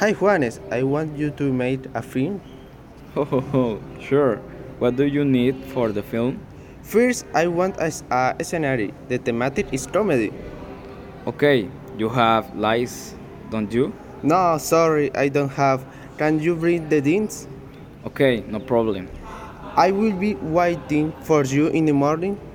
Hi Juanes, I want you to make a film. Oh, sure. What do you need for the film? First, I want a, s- a scenario. The thematic is comedy. Okay, you have lights, don't you? No, sorry, I don't have. Can you bring the dins? Okay, no problem. I will be waiting for you in the morning.